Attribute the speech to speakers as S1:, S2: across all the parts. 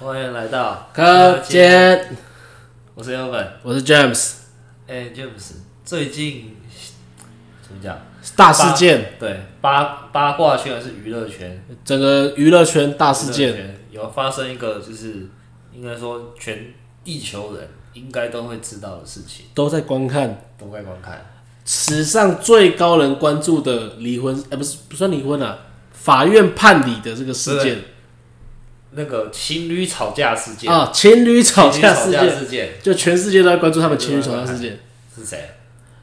S1: 欢迎来到
S2: 课间，
S1: 我是 e 本。
S2: 我是 James，
S1: 哎、j a m e s 最近怎么讲？
S2: 大事件，
S1: 对，八八卦圈还是娱乐圈？
S2: 整个娱乐圈大事
S1: 娱乐
S2: 件，
S1: 圈有发生一个，就是应该说全地球人应该都会知道的事情，
S2: 都在观看
S1: 都在观看。
S2: 史上最高人关注的离婚，哎、不是不算离婚啊，法院判离的这个事件
S1: 那个情侣吵架事件，
S2: 啊，情侣吵
S1: 情侣
S2: 架事件，
S1: 事件
S2: 就全世界都在关注他们情侣吵架事件。
S1: 是谁？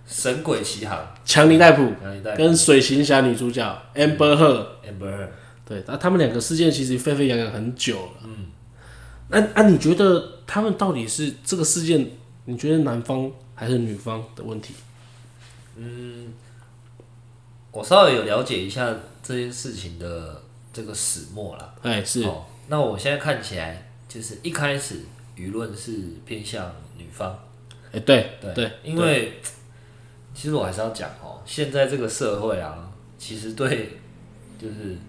S1: 神鬼奇航，
S2: 强尼戴普
S1: 哪一代
S2: 跟水行侠女主角 Amber Heard，
S1: ？Amber Heard
S2: 对，啊那、他们两个事件其实沸沸扬扬很久了。嗯，那那、你觉得他们到底是这个事件？你觉得男方还是女方的问题？
S1: 我稍微有了解一下这件事情的这个始末啦。
S2: 哎、是
S1: 哦，那我现在看起来就是一开始舆论是偏向女方，
S2: 哎、对
S1: 对，
S2: 对，
S1: 因为其实我还是要讲哦，现在这个社会啊，其实对就是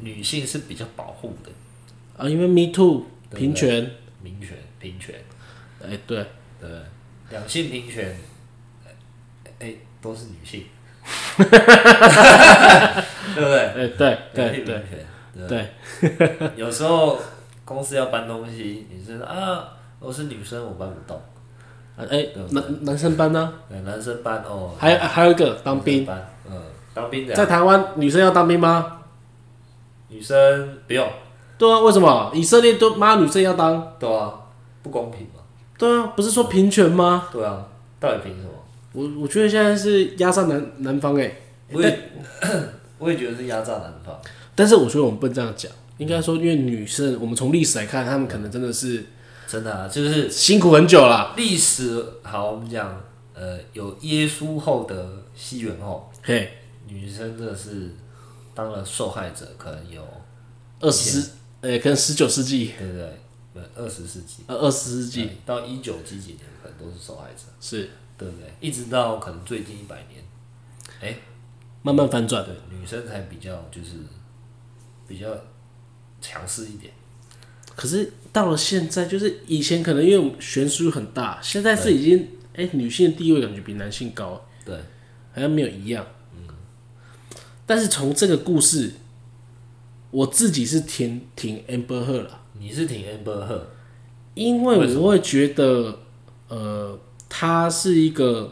S1: 女性是比较保护的，
S2: 啊，因为 Me Too
S1: 对
S2: 平权，
S1: 民权、平权，
S2: 哎、对，
S1: 对不对，两性平权，哎、哎都是女性， 对不对？
S2: 哎、对
S1: 两性平
S2: 对对
S1: 权，对
S2: 对，
S1: 有时候公司要搬东西，女生说啊，我是女生，我搬不动。
S2: 哎、男男生班呢、
S1: 对，男生搬哦，
S2: 还有还有一个当
S1: 女
S2: 兵，
S1: 生班，嗯，当兵的
S2: 在台湾女生要当兵吗？
S1: 女生不用，
S2: 对啊，为什么以色列都妈女生要当？
S1: 对啊，不公平嘛，
S2: 对啊，不是说平权吗？
S1: 对啊，到底凭什么？
S2: 我我觉得现在是压上男男方哎、
S1: 我也 我也觉得是压榨男方，
S2: 但是我觉得我们不能这样讲，应该说，因为女生，我们从历史来看，她们可能真的是
S1: 真的啊，就是啊
S2: 辛苦很久了。
S1: 历史好，我们讲呃，有耶稣后的西元后，
S2: 嘿，
S1: 女生真的是当了受害者，可能有
S2: 二十，呃，可能十九世纪，
S1: 对不对？呃，二十世纪
S2: 呃，二十世纪
S1: 对到一九几几年，可能都是受害者，
S2: 是
S1: 对不对？一直到可能最近一百年，哎、
S2: 慢慢反转的。
S1: 对，女生才比较就是比较强势一点。
S2: 可是到了现在，就是以前可能因为我们悬殊很大，现在是已经，哎、女性的地位感觉比男性高，
S1: 对，
S2: 好像没有一样。但是从这个故事，我自己是挺挺 Amber Heard 啦
S1: 你是挺 Amber Heard，
S2: 因为我会觉得，呃，他是一个，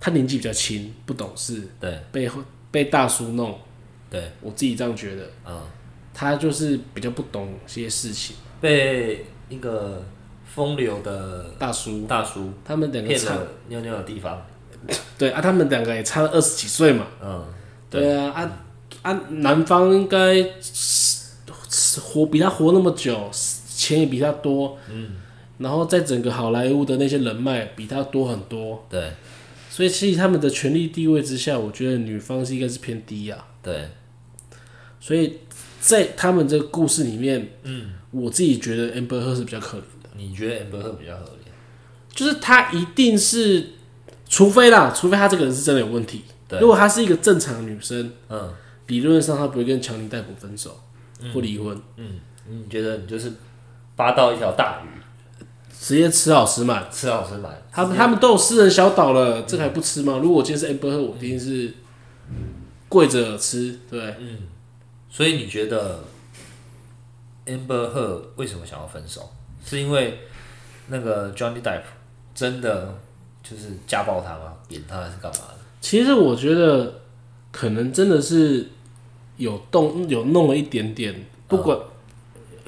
S2: 他年纪比较轻，不懂事，
S1: 对
S2: 被被大叔弄，
S1: 对，
S2: 我自己这样觉得，
S1: 嗯，
S2: 他就是比较不懂一些事情。
S1: 被那个风流的
S2: 大叔，
S1: 大叔
S2: 他们两个
S1: 骗
S2: 差，
S1: 了尿尿的地方，
S2: 对啊，他们两个也差了二十几岁嘛，
S1: 嗯，
S2: 对啊，啊啊，男方应该活比他活那么久，钱也比他多，嗯，然后在整个好莱坞的那些人脉比他多很多，
S1: 对
S2: 所以其实他们的权力地位之下，我觉得女方是应该是偏低啊。
S1: 对，
S2: 所以在他们这个故事里面，嗯，我自己觉得 Amber Heard 是比较可怜的，
S1: 你觉得 Amber Heard 比较合理？
S2: 就是她一定是，除非啦，除非她这个人是真的有问题。
S1: 对
S2: 如果她是一个正常的女生，
S1: 嗯
S2: 理论上她不会跟强尼戴普分手或离婚，
S1: 嗯，你觉得你就是扒到一条大鱼，
S2: 直接吃好吃满。
S1: 吃好吃满，
S2: 他们他们都有私人小岛了，这个还不吃吗？如果我今天是 Amber Heard，我一定是跪着吃，对不对。
S1: 所以你觉得 Amber Heard 为什么想要分手？是因为那个 Johnny Depp 真的就是家暴她吗？扁她还是干嘛的？
S2: 其实我觉得可能真的是有动有弄了一点点，不管、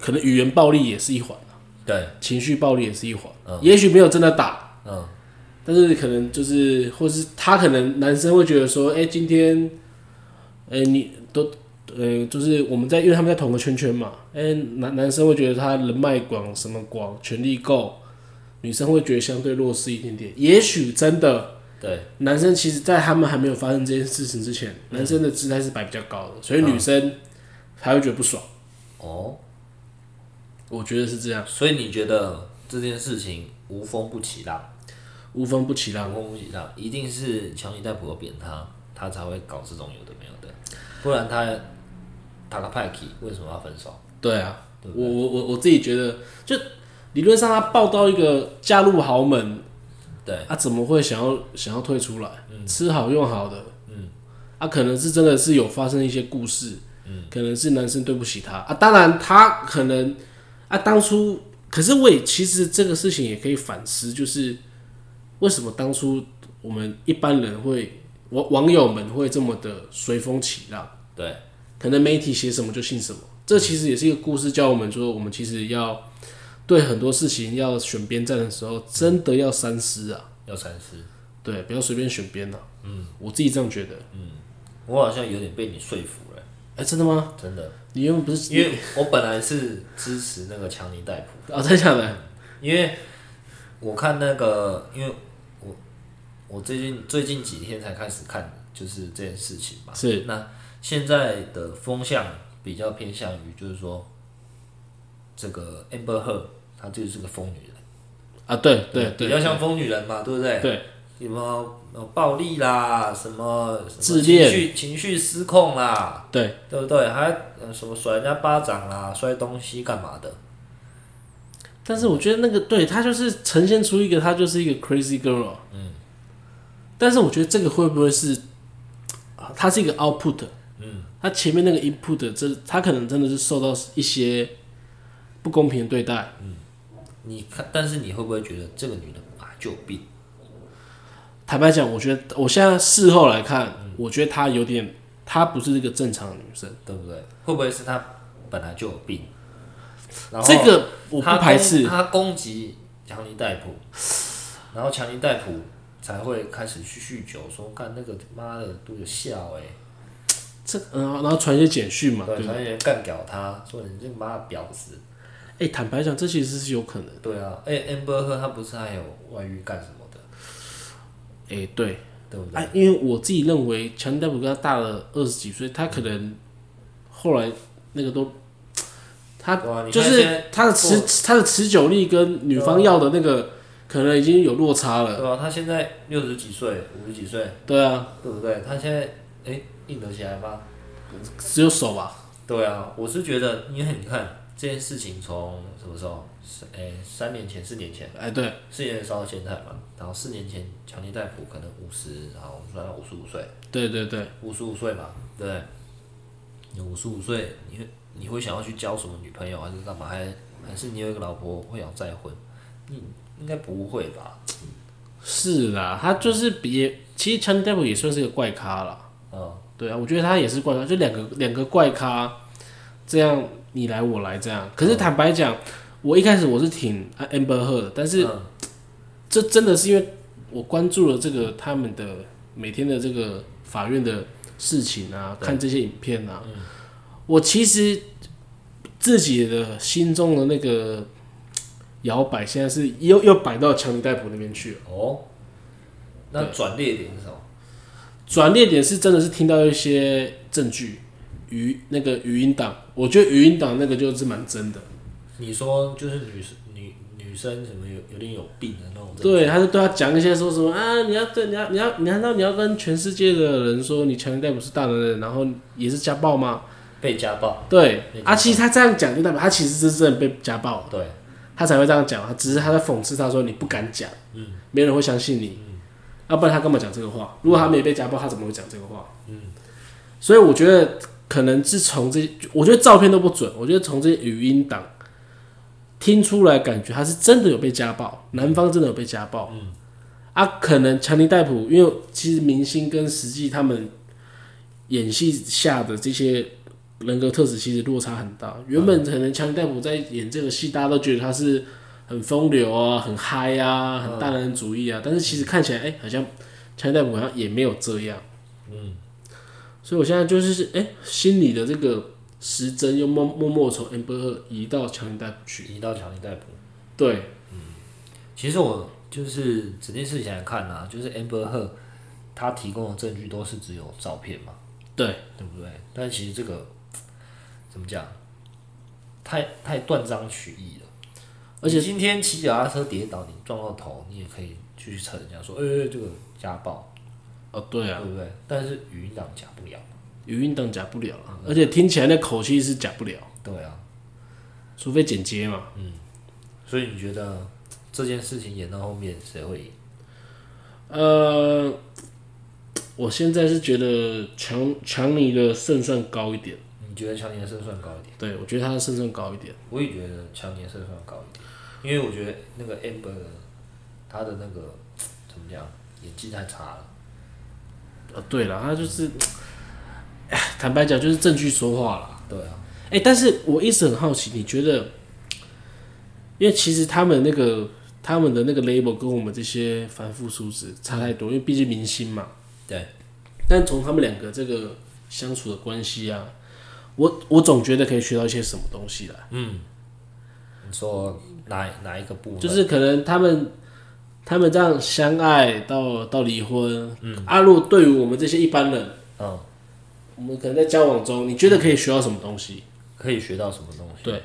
S2: 可能语言暴力也是一环啊，
S1: 对，
S2: 情绪暴力也是一环，也许没有真的打，
S1: 嗯，
S2: 但是可能就是或是他可能男生会觉得说，哎、今天，哎、你都。呃，就是我们在，因为他们在同个圈圈嘛，哎、男男生会觉得他人脉广，什么广，权力够，女生会觉得相对弱势一点点。也许真的，
S1: 对，
S2: 男生其实，在他们还没有发生这件事情之前，男生的姿态是摆比较高的，所以女生还会觉得不爽。
S1: 哦，
S2: 我觉得是这样，
S1: 所以你觉得这件事情无风不起浪，
S2: 无风不起浪。
S1: 无风不起浪，一定是强尼戴普有扁她，她才会搞这种有的没有的，不然她塔克派克为什么要分手？
S2: 对啊，
S1: 对不
S2: 我
S1: 对？
S2: 我我我自己觉得，就理论上他报到一个嫁入豪门，
S1: 对，
S2: 他、啊怎么会想要想要退出来？吃好用好的，嗯，啊，可能是真的是有发生一些故事，嗯，可能是男生对不起他啊，当然他可能啊，当初可是我也其实这个事情也可以反思，就是为什么当初我们一般人会网网友们会这么的随风起浪。
S1: 对，
S2: 可能媒体写什么就信什么。这其实也是一个故事，教我们说，我们其实要对很多事情要选边站的时候，真的要三思啊。
S1: 要三思。
S2: 对，不要随便选边啊。嗯，我自己这样觉得。
S1: 我好像有点被你说服了，
S2: 哎，真的吗？
S1: 真的，
S2: 你原本不是
S1: 因为我本来是支持那个强尼戴普，
S2: 啊？真的假的？
S1: 因为我看那个，因为我我最近最近几天才开始看，就是这件事情嘛。
S2: 是
S1: 那现在的风向比较偏向于，就是说这个 Amber Heard，她就是个疯女人，
S2: 啊，对对
S1: 比
S2: 对，
S1: 较像疯女人嘛，对不对？
S2: 对，
S1: 有没有呃暴力啦，什么什么
S2: 自
S1: 情
S2: 恋
S1: 绪情绪失控啦，
S2: 对，
S1: 对不对？还呃什么甩人家巴掌啦，摔东西干嘛的？
S2: 但是我觉得那个对他就是呈现出一个他就是一个 crazy girl，嗯，但是我觉得这个会不会是，啊它是一个 output，嗯，它前面那个 input，这他可能真的是受到一些不公平的对待，
S1: 你看，但是你会不会觉得这个女的本来就有病？
S2: 坦白讲，我觉得我现在事后来看，
S1: 嗯
S2: 我觉得她有点，她不是一个正常的女生。
S1: 对不对？会不会是他本来就有病？然后
S2: 这个我不
S1: 他
S2: 排
S1: 攻
S2: 斥，
S1: 他攻击强尼戴普，然后强尼戴普才会开始去酗酒，说干那个妈的都有笑哎、
S2: 这个嗯，然后传一些简讯嘛，对
S1: 对，
S2: 不对？
S1: 然后有人干掉他，说你这个妈的婊子，
S2: 哎，坦白讲，这其实是有可能。
S1: 对啊，哎、a m b e r Heard 他不是还有外遇干什么的，
S2: 哎，对，
S1: 对不对？
S2: 啊，因为我自己认为强尼戴普跟他大了二十几岁，他可能后来那个都，他
S1: 对啊你看
S2: 就
S1: 现在
S2: 是他的持他的持久力跟女方要的那个可能已经有落差了。
S1: 对啊，他现在六十几岁，五十几岁，
S2: 对啊，
S1: 对不对？他现在哎、硬得起来吗？
S2: 只有手吧，
S1: 对啊，我是觉得，因为你看这件事情从什么时候？是诶、三年前、四年前，
S2: 哎，对，
S1: 四年的时候现在嘛，然后四年前强尼戴普可能五十，然后我们算到五十五岁，
S2: 对对对，
S1: 五十五岁嘛，对不对？你五十五岁，你会你会想要去交什么女朋友，还是干嘛？还还是你有一个老婆会想再婚？你应该不会吧？
S2: 是啦，他就是比也，其实强尼戴普也算是个怪咖啦。
S1: 嗯，
S2: 对啊，我觉得他也是怪咖，就两个两个怪咖，这样你来我来这样。可是坦白讲，我一开始我是挺啊 Amber Heard 的，但是
S1: 嗯
S2: 这真的是因为我关注了这个他们的每天的这个法院的事情啊，看这些影片啊，我其实自己的心中的那个摇摆，现在是又又摆到强尼戴普那边去了。
S1: 哦，那转捩点是什么？
S2: 转捩点是真的是听到一些证据语那个语音档，我觉得语音档那个就是蛮真的。
S1: 你说就是女生女女生什么有有点有病的那种症状
S2: 对，他就对他讲一些说什么啊，你要对你要你要你难道你要跟全世界的人说你强尼戴普是大男人，然后也是家暴吗？
S1: 被家暴，
S2: 对
S1: 被家，暴
S2: 啊，其实他这样讲就代表他其实是真的被家暴了，
S1: 对，
S2: 他才会这样讲，他只是他在讽刺他说你不敢讲，嗯，没有人会相信你，要、不然他干嘛讲这个话？如果他没被家暴，他怎么会讲这个话？嗯，所以我觉得可能是从这，我觉得照片都不准，我觉得从这些语音档听出来，感觉他是真的有被家暴，男方真的有被家暴，嗯，啊，可能强尼戴普，因为其实明星跟实际他们演戏下的这些。人格特质其实落差很大，原本可能强尼戴普在演这个戏，大家都觉得他是很风流啊，很嗨啊，很大男人主义啊。但是其实看起来，哎、好像强尼戴普好像也没有这样。嗯，所以我现在就是，哎、心里的这个时针又默默默从 Amber Heard 移到强尼戴普去。
S1: 移到强尼戴普。
S2: 对，
S1: 其实我就是整件事情来看啊，就是 Amber Heard 他提供的证据都是只有照片嘛，
S2: 对，
S1: 对不对？但其实这个怎么讲，太太断章取义了。
S2: 而且
S1: 你今天骑脚踏车跌倒，你撞到头，你也可以去扯人家说，哎、这个家暴，
S2: 哦，对啊，
S1: 对不对？但是语音党假不了，
S2: 啊嗯语音档假不了了，而且听起来那口气是假不了。
S1: 对啊，
S2: 除非剪接嘛。
S1: 所以你觉得这件事情演到后面谁会赢？
S2: 呃，我现在是觉得强强尼的胜算高一点，
S1: 你觉得强尼的胜算高一点？
S2: 对我觉得他的胜算高一点。
S1: 我也觉得强尼的胜算高一点，因为我觉得那个 Amber 的他的那个怎么讲，演技太差了。
S2: 呃，对了，他就是，唉坦白讲就是证据说话了。
S1: 对啊，
S2: 哎、但是我一直很好奇，你觉得，因为其实他们那个他们的那个 label 跟我们这些凡夫俗子差太多，因为毕竟明星嘛。
S1: 对。
S2: 但从他们两个这个相处的关系啊，我我总觉得可以学到一些什么东西来，
S1: 你说哪哪一个部分？
S2: 就是可能他们。他们这样相爱到到离婚，阿路对于我们这些一般人，
S1: 嗯，
S2: 我们可能在交往中，你觉得可以学到什么东西？
S1: 可以学到什么东西？
S2: 对，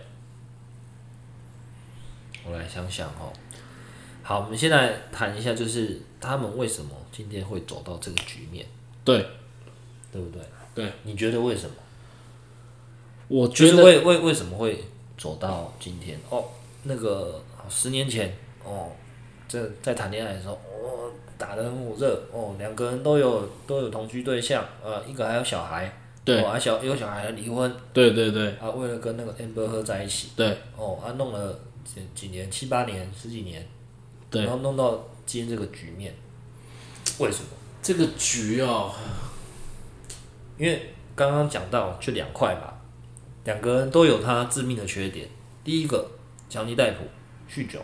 S1: 我来想想哦。好，我们先来谈一下，就是他们为什么今天会走到这个局面，
S2: 对，
S1: 对不对？
S2: 对，
S1: 你觉得为什么？
S2: 我
S1: 就
S2: 觉
S1: 是
S2: 得
S1: 为为为什么会走到今天？哦，那个哦十年前哦，这在谈恋爱的时候，哦，打得很火热，哦，两个人都有都有同居对象，呃，一个还有小孩，
S2: 对
S1: 哦、还小有小孩还离婚，
S2: 对对对
S1: 啊，为了跟那个 Amber 喝在一起，
S2: 对
S1: 哦，啊，弄了几几年，七八年，十几年，
S2: 对
S1: 然，后弄到今天这个局面，为什么？
S2: 这个局哦，
S1: 因为刚刚讲到就两块嘛，两个人都有他致命的缺点。第一个，强尼戴普酗酒，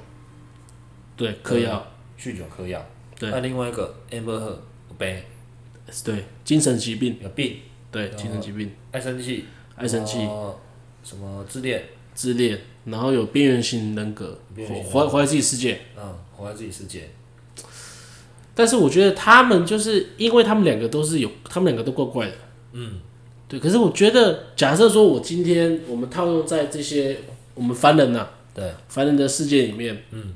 S2: 对，嗑药，
S1: 酗酒嗑药。
S2: 对
S1: 那啊另外一个 Amber Heard 有病
S2: 嗯对，精神疾病，
S1: 有病，
S2: 对，精神疾病，
S1: 爱生气，
S2: 爱生气，
S1: 呃什么自恋，
S2: 自恋，然后有边缘型人格
S1: 边缘，
S2: 活活在自己世界。
S1: 嗯，活在自己世界。
S2: 但是我觉得他们就是因为他们两个都是有，他们两个都怪怪的，嗯，对。可是我觉得，假设说我今天我们套用在这些我们凡人呐、
S1: 对，
S2: 凡人的世界里面，嗯，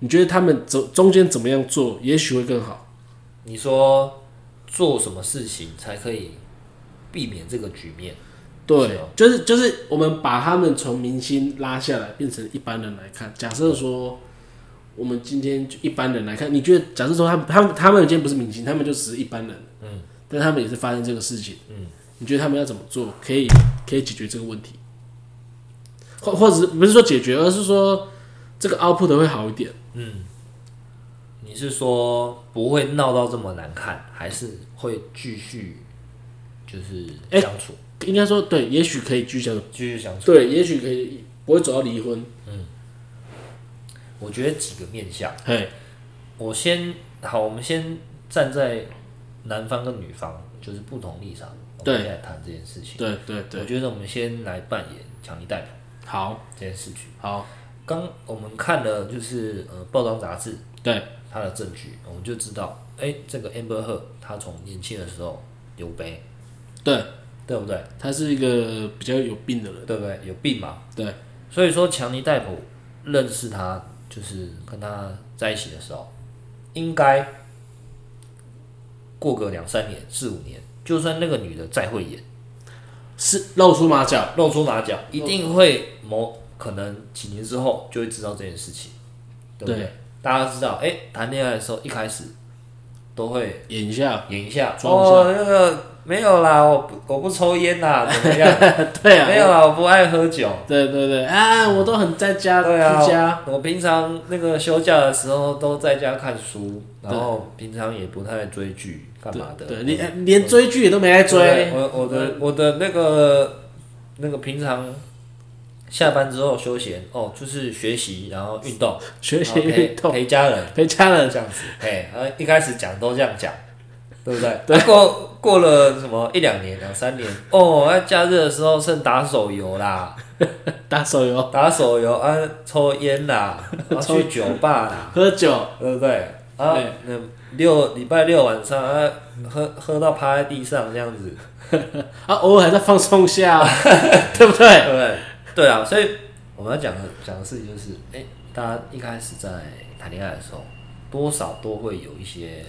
S2: 你觉得他们怎中间怎么样做，也许会更好？
S1: 你说做什么事情才可以避免这个局面？是
S2: 对
S1: 哦，
S2: 就是就是我们把他们从明星拉下来，变成一般人来看。假设说，我们今天就一般人来看，你觉得假设说他们他们他们今天不是明星，他们就只是一般人，嗯，但他们也是发生这个事情，嗯，你觉得他们要怎么做可以可以解决这个问题？或或者是不是说解决，而是说这个 output 会好一点？
S1: 你是说不会闹到这么难看，还是会继续就是
S2: 哎
S1: 相处，
S2: 应该说对，也许可以居家的，
S1: 继续相处？
S2: 对，也许可以不会走到离婚，
S1: 我觉得几个面向，
S2: 嘿，
S1: 我先好，我们先站在男方跟女方就是不同立场，我
S2: 对
S1: 们来谈这件事情。
S2: 对对
S1: 我
S2: 对，
S1: 觉得我们先来扮演强尼戴普
S2: 好
S1: 这件事情。
S2: 好
S1: 刚我们看了就是呃报章杂志
S2: 对
S1: 他的证据，我们就知道，哎、这个 Amber Heard 他从年轻的时候有杯，
S2: 对。
S1: 对不对？
S2: 他是一个比较有病的人，
S1: 对不对？有病嘛？
S2: 对
S1: 所以说，强尼戴普认识他，就是跟他在一起的时候，应该过个两三年、四五年，就算那个女的再会演，
S2: 是露出马脚，
S1: 露出马脚，一定会某可能几年之后就会知道这件事情，对不对？
S2: 对
S1: 大家知道，哎、谈恋爱的时候一开始都会
S2: 演一下，
S1: 演一下，
S2: 装一下
S1: 哦，那个没有啦，我不我不抽烟 啦，怎么样？
S2: 对
S1: 没
S2: 啊，
S1: 有啦，我不爱喝酒。
S2: 对对对啊，我都很在家
S1: 对啊
S2: 居家，
S1: 我平常那个休假的时候都在家看书，然后平常也不太追剧，干嘛的？
S2: 对，连连追剧也都没来
S1: 在
S2: 追，
S1: 我我的我的那个那个平常下班之后休闲哦，就是学习，然后运动，
S2: 学习
S1: 然后陪
S2: 运动，
S1: 陪家人
S2: 陪家人，
S1: 这样子。哎，呃，一开始讲都这样讲，对不对？对。过过了什么一两年、两三年哦，那假日的时候剩打手游啦，
S2: 打手游，
S1: 打手游啊，抽烟啦，然后去酒吧啦。
S2: 喝酒，
S1: 对不对？啊
S2: 对，
S1: 那六礼拜六晚上啊，喝喝到趴在地上这样子，
S2: 啊，偶尔还在放松下，对不
S1: 对不
S2: 对？
S1: 对？对啊，所以我们要讲的讲的事情就是，哎，大家一开始在谈恋爱的时候，多少都会有一些，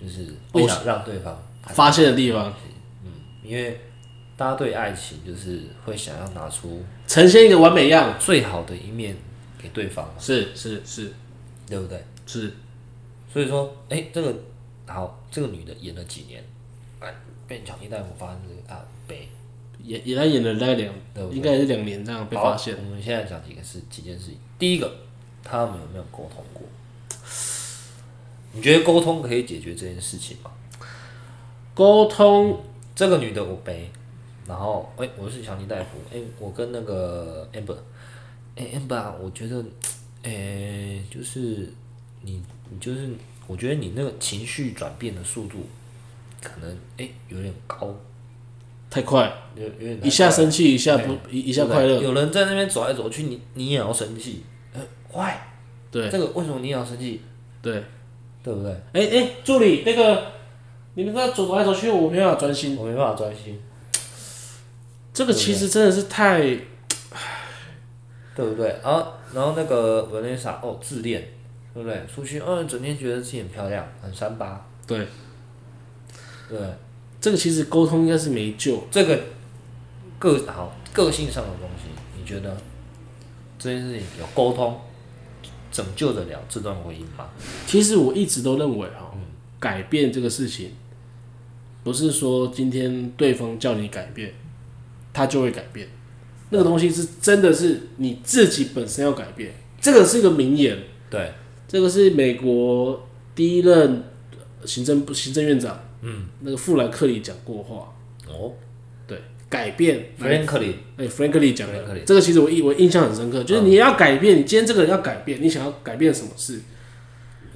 S1: 就是不想让对方看到
S2: 发泄的地方，
S1: 嗯，因为大家对爱情就是会想要拿出
S2: 呈现一个完美样，
S1: 最好的一面给对方，
S2: 是是是
S1: 对不对？
S2: 是，
S1: 所以说，哎、这个好，这个女的演了几年，哎，被强力大夫发现这个啊，被
S2: 演演他演了大概两，
S1: 对不
S2: 应
S1: 对？
S2: 该也是两年这样被发现。
S1: 好。我们现在讲几个事，几件事情。第一个，他们有没有沟通过？你觉得沟通可以解决这件事情吗？
S2: 沟通
S1: 这个女的我背，然后哎、我是强尼大夫，哎、我跟那个 amber，哎、amber，啊我觉得，哎、就是你你就是，我觉得你那个情绪转变的速度，可能哎、有点高，
S2: 太快，
S1: 有有点
S2: 一下
S1: 生
S2: 生气，一下不一一下快乐，
S1: 有人在那边走来走去，你你也要生气，呃，why？
S2: 对
S1: 这个为什么你也要生气？
S2: 对。
S1: 对不对？
S2: 哎哎，助理，那个你们在走走来走去，我没办法专心。
S1: 我没办法专心，
S2: 这个其实真的是太
S1: 对不对？然后然后那个 Vanessa 哦，自恋，对不对？出去嗯，整天觉得自己很漂亮，很三八，
S2: 对，
S1: 对不对
S2: 这个其实沟通应该是没救。
S1: 这个个好个性上的东西，你觉得这件事情有沟通拯救得了这段婚姻吗？
S2: 其实我一直都认为哈、改变这个事情，不是说今天对方叫你改变，他就会改变。那个东西是真的是你自己本身要改变，这个是一个名言，
S1: 对，
S2: 这个是美国第一任行政部行政院长，嗯，那个富兰克林讲过话，
S1: 哦
S2: 对，改变来
S1: ，Frankly，
S2: 哎、f r a n k l y 讲的
S1: Frankly
S2: 这个，其实我印我印象很深刻，就是你要改变，你今天这个人要改变，你想要改变什么事，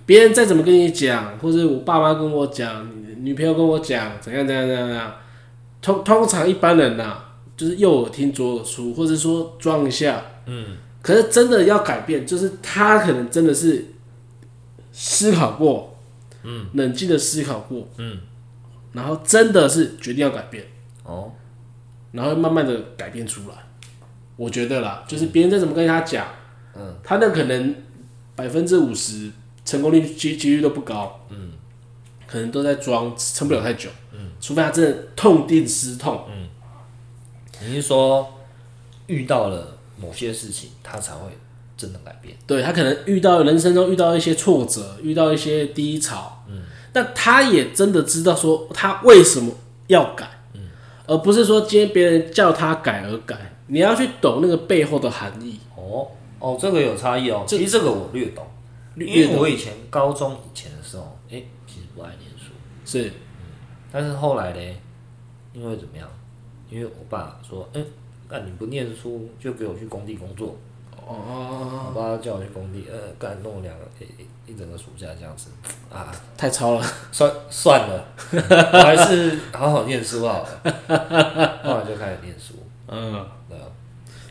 S2: 别人再怎么跟你讲，或者我爸妈跟我讲，你女朋友跟我讲，怎样怎样怎样怎样，通通常一般人呐、就是右耳听左耳出，或者说装一下，嗯，可是真的要改变，就是他可能真的是思考过，嗯，冷静的思考过，嗯，然后真的是决定要改变。
S1: 哦，
S2: 然后慢慢的改变出来。我觉得啦，就是别人再怎么跟他讲，嗯，他那可能百分之五十成功率几几率都不高，嗯，可能都在装，撑不了太久，嗯，除非他真的痛定思痛，
S1: 你是说遇到了某些事情，他才会真的改变？
S2: 对他可能遇到人生中遇到一些挫折，遇到一些低潮，嗯，但他也真的知道说他为什么要改，嗯，而不是说今天别人叫他改而改，你要去懂那个背后的含义，
S1: 哦哦，这个有差异哦。
S2: 这
S1: 其实这个我略懂，
S2: 略
S1: 因
S2: 略
S1: 为我以前高中以前的时候，哎、其实不爱念书，
S2: 是
S1: 但是后来嘞，因为怎么样？因为我爸说，哎、那你不念书就给我去工地工作。
S2: 哦，
S1: 我爸叫我去工地，呃，干弄两个、哎一一整个暑假这样子啊，
S2: 太超了，
S1: 算算了， 我还是好好念书好了。后来就开始念书，
S2: 嗯，
S1: 对啊，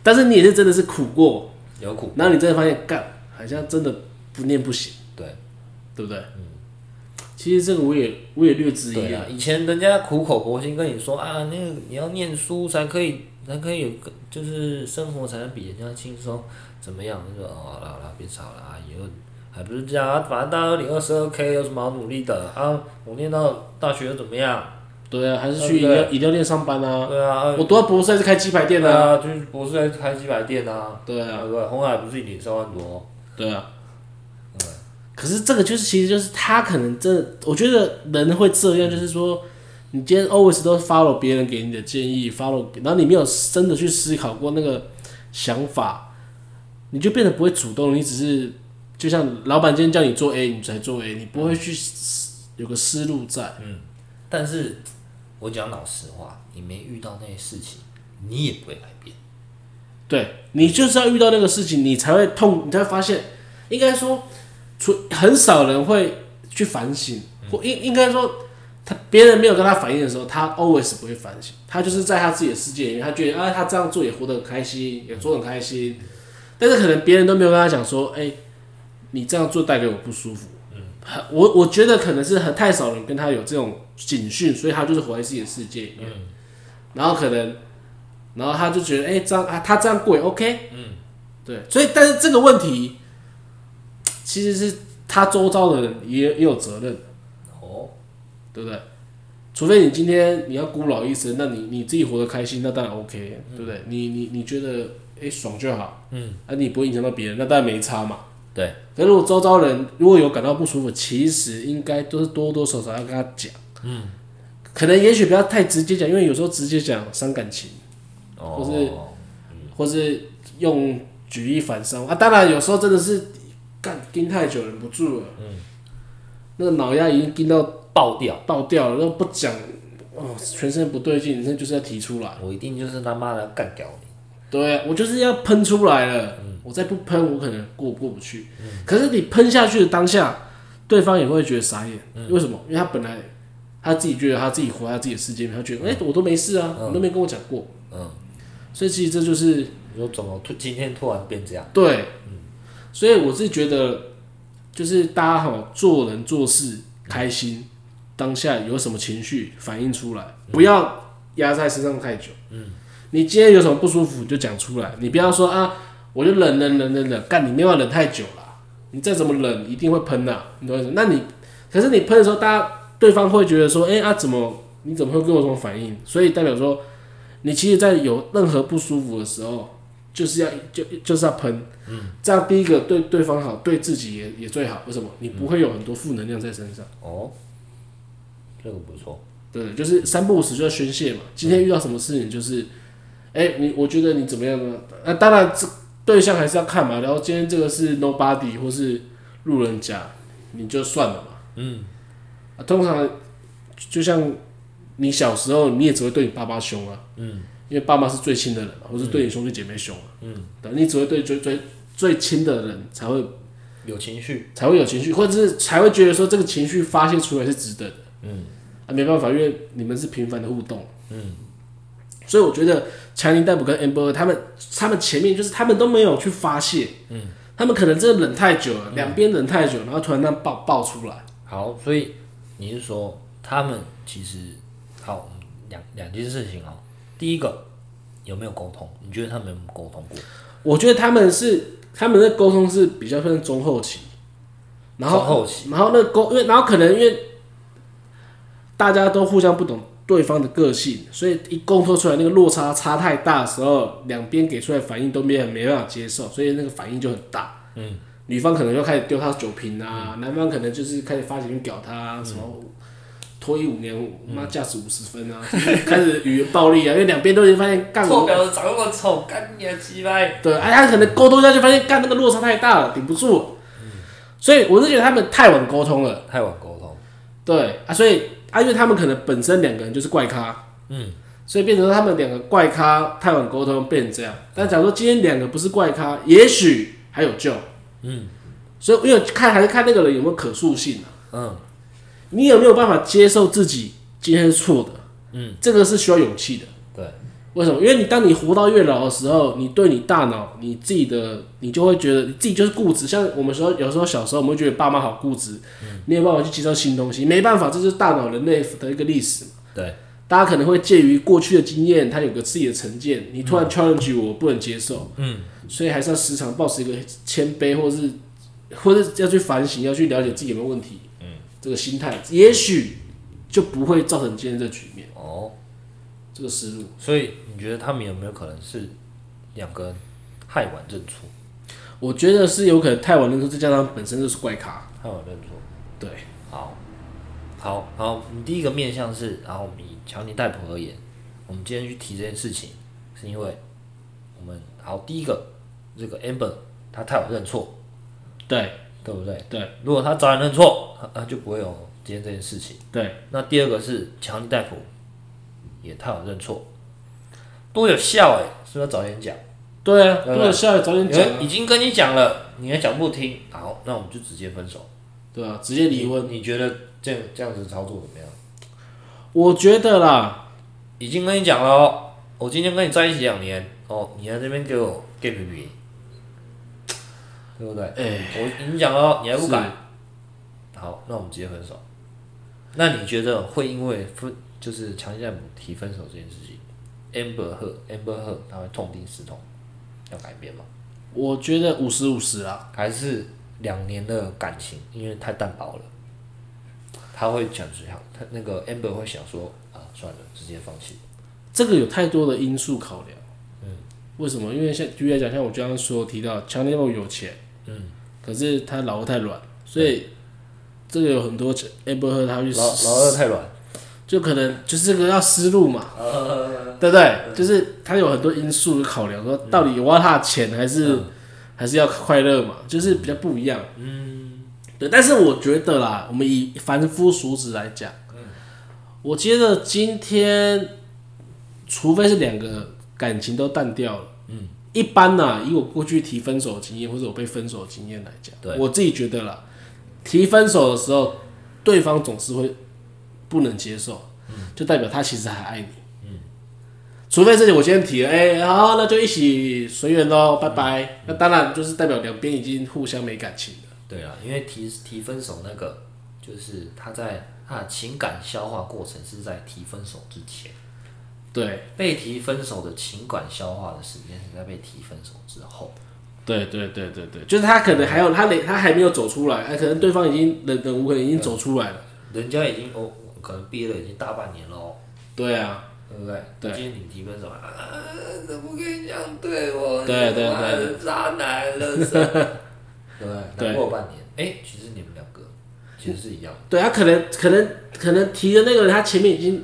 S2: 但是你也是真的是苦过，
S1: 有苦
S2: 然后你真的发现干好像真的不念不行，
S1: 对
S2: 对不对？嗯，其实这个我也我也略知
S1: 对
S2: 一
S1: 啊
S2: 二，，
S1: 以前人家苦口婆心跟你说啊，那个你要念书才可以，才可以有个，就是生活才能比人家轻松，怎么样？你说哦，好了好了，别吵了啊，以后还不是这样啊，反正大家都领二十二 k 有什么好努力的啊？我念到大学又怎么样？
S2: 对啊，还是
S1: 对
S2: 去
S1: 不
S2: 饮
S1: 对
S2: 料饮料店上班啊，
S1: 对啊，
S2: 我读到博士还是开鸡排店
S1: 对
S2: 啊，
S1: 啊，就是博士在开几百店啊，
S2: 对啊，
S1: 对不对？红海不是领三万多？
S2: 对啊。可是这个就是，其实就是他可能真的，我觉得人会这样，就是说，你今天 always 都 follow 别人给你的建议，follow，然后你没有真的去思考过那个想法，你就变得不会主动，你只是就像老板今天叫你做 A，你才做 A，你不会去思有个思路在。
S1: 但是我讲老实话，你没遇到那些事情，你也不会改变。
S2: 对你就是要遇到那个事情，你才会痛，你才会发现，应该说，除很少人会去反省，或应应该说，他别人没有跟他反应的时候，他 always 不会反省，他就是在他自己的世界里面，他觉得啊，他这样做也活得很开心，也做得很开心，但是可能别人都没有跟他讲说，哎、你这样做带给我不舒服。很我我觉得可能是很太少人跟他有这种警讯，所以他就是活在自己的世界里面，然后可能然后他就觉得，哎、这样啊，他这样过也 OK，嗯，对，所以但是这个问题其实是他周遭的人也也有责任，
S1: 哦，
S2: 对不对？除非你今天你要孤老一生，那你你自己活得开心，那当然 OK，、对不对？你你你觉得哎、诶爽就好，嗯，啊你不会影响到别人，那当然没差嘛。
S1: 对，
S2: 可是如果周遭人如果有感到不舒服，其实应该都是多多少少要跟他讲，嗯，可能也许不要太直接讲，因为有时候直接讲伤感情，
S1: 哦，
S2: 或是或是用举一反三啊。当然有时候真的是干盯太久忍不住了，嗯，那个脑压已经盯到
S1: 爆掉，
S2: 爆掉了，然后不讲，哦，全身不对劲，那就是要提出来。
S1: 啊我一定就是他妈的干掉你。
S2: 对啊，我就是要喷出来了，我再不喷，我可能过过不去。可是你喷下去的当下，对方也会觉得傻眼，为什么？因为他本来他自己觉得他自己活在他自己的世界里，他觉得哎、我都没事啊，你都没跟我讲过，
S1: 嗯，
S2: 所以其实这就是
S1: 你说怎么突今天突然变这样？
S2: 对，所以我是觉得，就是大家好做人做事开心，当下有什么情绪反映出来，不要压在身上太久。嗯，你今天有什么不舒服你就讲出来，你不要说啊，我就忍忍忍忍忍，干你没办法忍太久了，你再怎么忍一定会喷的、啊你懂我意思？那你可是你喷的时候，大家对方会觉得说，哎、啊怎么你怎么会跟我这种反应？所以代表说。你其实，在有任何不舒服的时候，就是要就就是要喷，这样第一个对对方好，对自己也也最好。为什么？你不会有很多负能量在身上。
S1: 哦，这个不错。
S2: 对，就是三不五时就要宣泄嘛。今天遇到什么事情，就是，哎、你我觉得你怎么样呢？那、当然，这对象还是要看嘛。然后今天这个是 nobody 或是路人甲，你就算了嘛。嗯、啊，通常就像你小时候，你也只会对你爸爸凶啊。嗯，因为爸妈是最亲的人嘛，或是对你兄弟姐妹凶啊。嗯，对，你只会对最最最亲的人才会
S1: 有情绪，
S2: 才会有情绪，或者是才会觉得说这个情绪发泄出来是值得的。嗯，啊，没办法，因为你们是频繁的互动。嗯，所以我觉得强尼戴普跟 Amber 他们，他们前面就是他们都没有去发泄。嗯，他们可能真的忍太久了，两边忍太久，然后突然那样爆爆出来。
S1: 好，所以你是说他们其实好嗯两两件事情哦。第一个有没有沟通？你觉得他们有没有沟通过？
S2: 我觉得他们是他们的沟通是比较算中后期，然后
S1: 中后期
S2: 然后那沟，因为然后可能因为大家都互相不懂对方的个性，所以一沟通出来那个落差差太大的时候，两边给出来反应都没没办法接受，所以那个反应就很大。嗯，女方可能就开始丢他酒瓶啊，男方可能就是开始发起去屌他、啊，什么。脱衣五年，妈驾驶五十分啊！ 开始语言暴力啊，因为两边都已经发现干我
S1: 婊子长那么丑，干你的鸡掰！
S2: 对，哎、他可能沟通一下就发现，干那个落差太大了，顶不住。所以我是觉得他们太晚沟通了，
S1: 太晚沟通，
S2: 对啊，所以啊，因为他们可能本身两个人就是怪咖，嗯，所以变成说他们两个怪咖太晚沟通变成这样。但假如说今天两个不是怪咖，也许还有救，嗯，所以因为看还是看那个人有没有可塑性啊，
S1: 嗯，
S2: 你有没有办法接受自己今天是错的，嗯，这个是需要勇气的。
S1: 对，
S2: 为什么？因为你当你活到越老的时候，你对你大脑、你自己的，你就会觉得你自己就是固执。像我们说，有时候小时候我们会觉得爸妈好固执，没有办法去接受新东西，没办法，这就是大脑人类的一个历史。
S1: 对，
S2: 大家可能会介于过去的经验，他有个自己的成见，你突然 challenge 我，我不能接受，嗯，所以还是要时常保持一个谦卑，或是或是要去反省，要去了解自己有没有问题，嗯，这个心态也许就不会造成今天这局面，
S1: 哦，
S2: 这个思路。
S1: 所以你觉得他们有没有可能是两个人太晚认错？
S2: 我觉得是有可能太晚认输，再加上本身就是怪咖，
S1: 太晚认错。
S2: 对，
S1: 好，好，好，你第一个面向是，然后我们以强尼戴普而言，我们今天去提这件事情，是因为我们好第一个这个 Amber 他太晚认错，
S2: 对，
S1: 对不对？
S2: 对，
S1: 如果他早点认错，他他就不会有今天这件事情。
S2: 对，
S1: 那第二个是强尼戴普也太晚认错，多有效哎、是不是要早点讲？
S2: 对啊，
S1: 对
S2: 如果下来早点讲啊，
S1: 已经跟你讲了，你还讲不听，好，那我们就直接分手，
S2: 对啊，直接离婚。
S1: 婚。你觉得这样这样子操作怎么样？
S2: 我觉得啦，
S1: 已经跟你讲了哦，我今天跟你在一起两年哦，你在这边给我 gay 皮皮，对不对？
S2: 哎
S1: 我已经讲了哦，你还不改，好，那我们直接分手。那你觉得会因为分就是强奸母提分手这件事情，amber 赫 amber 赫他会痛定思痛，要改变吗？
S2: 我觉得五十五十啊，
S1: 还是两年的感情因为太淡薄了，他会讲只好，他那个 Amber 会想说啊，算了，直接放弃。
S2: 这个有太多的因素考量。
S1: 嗯
S2: 为什么？因为像举例来讲，像我刚刚说提到，强尼戴普有钱，
S1: 嗯
S2: 可是他老二太软，所以这个有很多 Amber Heard 他去
S1: 老老二太软，
S2: 就可能就是这个要思路嘛，对不对？就是他有很多因素考量，说到底我要他的钱还是、还是要快乐嘛，就是比较不一样。嗯，对。但是我觉得啦，我们以凡夫俗子来讲，我觉得今天除非是两个感情都淡掉了，嗯，一般呢、以我过去提分手的经验或者我被分手的经验来讲，
S1: 对
S2: 我自己觉得啦，提分手的时候，对方总是会不能接受，就代表他其实还爱你。除非是我今天提了，哎、好，那就一起随缘喽，拜拜。那当然就是代表两边已经互相没感情了。
S1: 对啊，因为提提分手那个，就是他在他的情感消化过程是在提分手之前，
S2: 对，
S1: 被提分手的情感消化的时间是在被提分手之后。
S2: 对，对，对，对，对，就是他可能还有他连他还没有走出来，哎，可能对方已经忍忍无可忍，已经走出来了。
S1: 人家已经哦，可能毕业了已经大半年喽，
S2: 对啊，
S1: 对不对？
S2: 对
S1: 今天你提分手啊，怎么可以这样对我？
S2: 对对
S1: 你妈的，渣男了，是 对不对？
S2: 对
S1: 难过半年，哎，其实你们两个其实是一样的，
S2: 对他可能可能可能提的那个人，他前面已经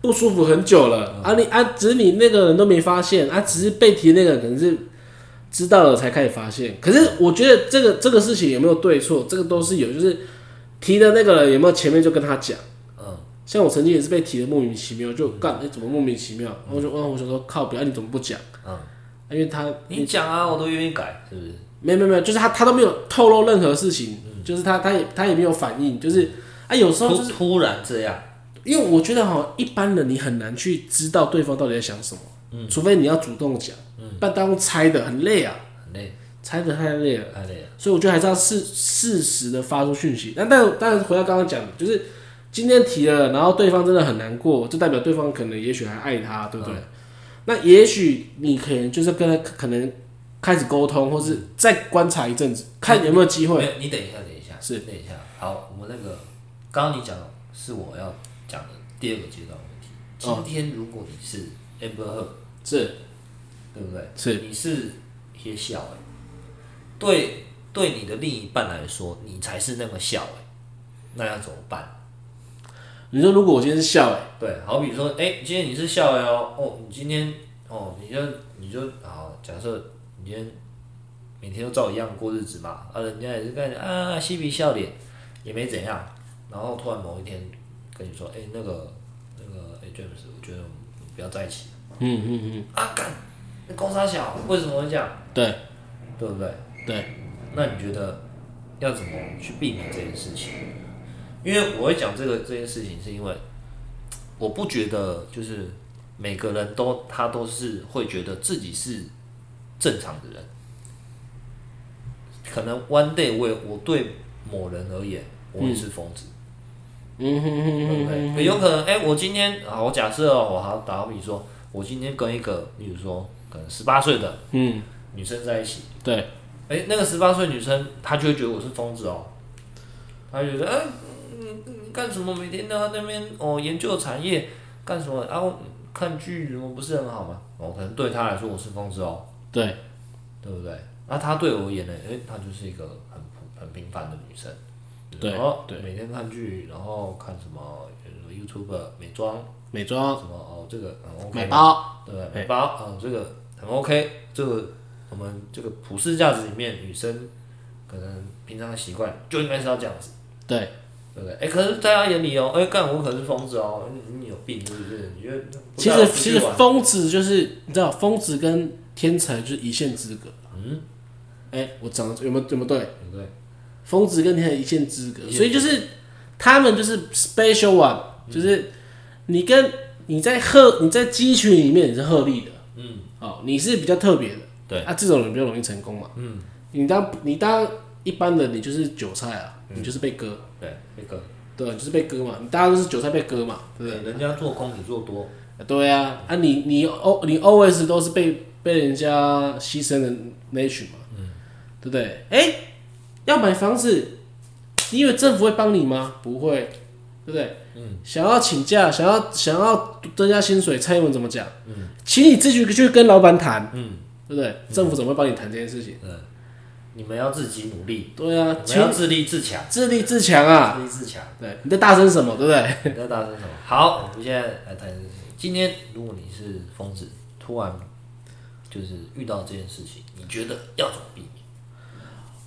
S2: 不舒服很久
S1: 嗯
S2: 了、啊你，啊，只是你那个人都没发现啊，只是被提那个人可能是知道了才开始发现。可是我觉得这个这个事情有没有对错，这个都是有，就是提的那个人有没有前面就跟他讲。
S1: 嗯，
S2: 像我曾经也是被提的莫名其妙，就干哎、怎么莫名其妙？然后我就问我想说靠，表、啊、你怎么不讲？
S1: 嗯
S2: 啊，因为他
S1: 你讲啊，我都愿意改，是不是？
S2: 没有没有没有，就是他他都没有透露任何事情，
S1: 嗯
S2: 就是他他也他也没有反应，就是啊有时候就
S1: 突
S2: 是
S1: 突然这样，
S2: 因为我觉得哈，一般人你很难去知道对方到底在想什么，嗯，除非你要主动讲，嗯，但当中猜的很累啊，
S1: 很累，
S2: 猜的太累了，
S1: 太累了，
S2: 所以我觉得还是要适适时的发出讯息。但但但回到刚刚讲的，就是今天提了，然后对方真的很难过，就代表对方可能也许还爱他，对不对？那也许你可能就是跟他可能开始沟通，或是再观察一阵子，看有没有机会。
S1: 没有，你等一下，等一下，
S2: 是
S1: 等一下。好，我们那个刚刚你讲的是我要讲的第二个阶段问题。
S2: 哦
S1: 今天如果你是 Amber Heard，
S2: 是
S1: 对不对？
S2: 是，
S1: 你是些笑哎、对对，你的另一半来说，你才是那个笑哎、那要怎么办？
S2: 你说如果我今天是笑、欸，
S1: 对，好比说，哎、今天你是笑哎、哦，哦，你今天哦，你就你就好，假设你今天每天都照一样过日子嘛，啊，人家也是跟你啊嬉皮笑脸，也没怎样，然后突然某一天跟你说，哎、那个那个，哎、j a m e s 我觉得我们不要在一起
S2: 嗯嗯嗯，
S1: 啊，干，那公差小，为什么会这样？
S2: 对
S1: 对不对？
S2: 对，
S1: 那你觉得要怎么去避免这件事情？因为我会讲这个这件事情，是因为我不觉得就是每个人都他都是会觉得自己是正常的人。可能 one day 我也我对某人而言，我也是疯子，
S2: 嗯哼哼
S1: 对
S2: 哼
S1: 不对？
S2: 哼，
S1: 也有可能，哎、我今天啊，我假设哦，我好打个比说，我今天跟一个，例如说可能十八岁的
S2: 嗯，
S1: 女生在一起，
S2: 对，
S1: 哎、那个十八岁女生，她就会觉得我是疯子哦，她就觉得，哎、嗯嗯你干什么？每天都在那边哦研究产业，干什么？啊，我看剧什么不是很好吗？哦，可能对她来说我是疯子哦，
S2: 对，
S1: 对不对？那她对我而言呢？哎、她就是一个很普很平凡的女生，
S2: 对
S1: 然后
S2: 对
S1: 每天看剧，然后看什么呃 YouTube 美妆
S2: 美妆、
S1: 什么哦，这个很 OK，
S2: 美包，
S1: 对，
S2: 哎
S1: 美包啊、这个很 OK，这个我们这个普世价值里面，女生可能平常的习惯就应该是要这样子，
S2: 对
S1: 对不对？哎，可是在她眼里哦，哎，干我可是疯子哦，你你有病是不是？你觉得不
S2: 其
S1: 带
S2: 实
S1: 我出
S2: 其
S1: 去
S2: 实
S1: 玩
S2: 疯子就是你知道，疯子跟天才就是一线之隔。嗯，哎、我讲的有没有有没有对？
S1: 对不对？
S2: 疯子跟天才一线之隔
S1: 一，线之隔嗯
S2: 所以就是他们就是 special one，、就是你跟你在鹤你在鸡群里面你是鹤立的，嗯，哦，你是比较特别的，
S1: 对
S2: 啊，这种人比较容易成功嘛，嗯，你当你当一般的你就是韭菜啊，
S1: 嗯
S2: 你就是被割，
S1: 对，那个
S2: 对，啊你就是被割嘛，你大家都是韭菜被割嘛，对不对？
S1: 对，人家做空你做多，
S2: 对啊，啊你你 O 你 always 都是被被人家牺牲的那一群嘛，对不对？哎、要买房子，你以为政府会帮你吗？不会，对不对？嗯，想要请假，想要想要增加薪水，蔡英文怎么讲？嗯，请你自己去跟老板谈，嗯，对不对？政府怎么会帮你谈这件事情？
S1: 你们要自己努力，
S2: 对
S1: 你
S2: 啊，
S1: 们
S2: 请
S1: 要自立自强，
S2: 自立自强啊！
S1: 自立自强。
S2: 对，你在大声什么？对不对？
S1: 你在大声什么？好，我们现在来谈今天，如果你是疯子，突然就是遇到这件事情，你觉得要怎么避免？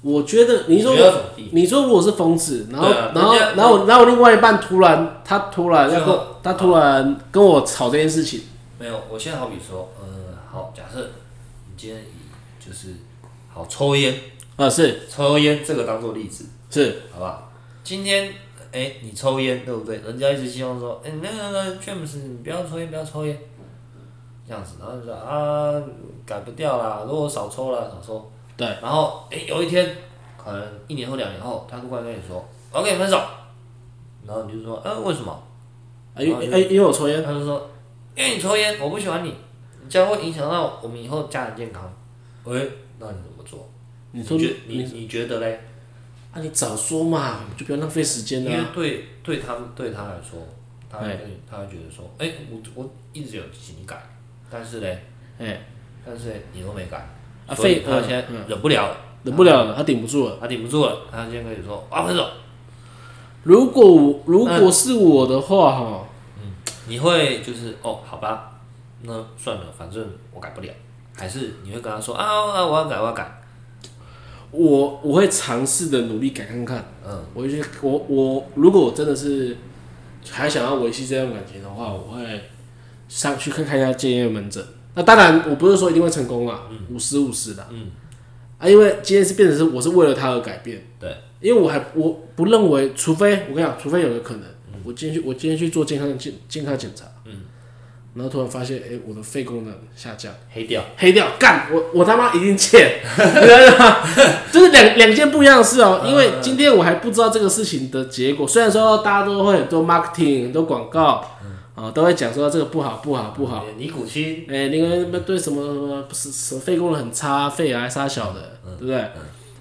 S2: 我觉得你说
S1: 你觉得要怎么避
S2: 你说如果是疯子，然后、
S1: 对啊
S2: 然后
S1: 人家
S2: 然后我然后我另外一半突然他突然要
S1: 最
S2: 跟
S1: 后
S2: 他突然跟我吵这件事情，
S1: 没有，我现在好比说，呃，好，假设你今天以就是好抽烟，
S2: 啊是
S1: 抽烟这个当做例子，
S2: 是
S1: 好不好？今天哎、你抽烟对不对？人家一直希望说，哎、那个那个 James，你不要抽烟，不要抽烟，这样子，然后就说啊，改不掉啦，如果少抽啦，少抽。
S2: 对
S1: 然后哎、有一天，可能一年后、两年后，他突然跟你说，我要跟你分手，然后你就说，嗯、为什么？
S2: 啊因哎因为我抽烟
S1: 他就说，因为你抽烟，我不喜欢你，你这样会影响到我们以后家人健康。喂、那你怎么做？
S2: 你说
S1: 觉你
S2: 你
S1: 你觉得嘞？
S2: 啊你早说嘛，就不要浪费时间
S1: 因
S2: 了、
S1: 为
S2: 啊。
S1: 对对他们对他来说，他会
S2: 哎
S1: 他会觉得说，哎、我我一直有情感，但是嘞，
S2: 哎
S1: 但是嘞你都没改，
S2: 啊
S1: 所以
S2: 废
S1: 他现在忍不了了，
S2: 忍不了了，
S1: 啊
S2: 他顶不住了。
S1: 他顶不住了，他现在跟你说啊分手，
S2: 如果我如果是我的话哈，
S1: 你会就是哦好吧，那算了，反正我改不了，还是你会跟他说啊啊我要改我要改，
S2: 我我会尝试的努力改看看。
S1: 嗯，
S2: 我就去我我如果我真的是还想要维系这段感情的话，我会上去看看一下戒烟门诊。那当然，我不是说一定会成功啊，五十五十的，嗯，啊，因为今天是变成是我是为了他而改变，
S1: 对，
S2: 因为我还我不认为，除非我跟你讲，除非有个可能，我今天去我今天去做健康健健康检查，嗯，然后突然发现，哎、我的肺功能下降。
S1: 黑掉，
S2: 黑掉，干我我他妈一定欠，你知道吗？就是两两件不一样的事哦、因为今天我还不知道这个事情的结果，虽然说大家都会很多 marketing 很多广告，啊、都会讲说这个不好不好不好，
S1: 尼古清，
S2: 哎、那个什么对什么什么不是什么肺功能很差，啊肺癌杀小的，对不对？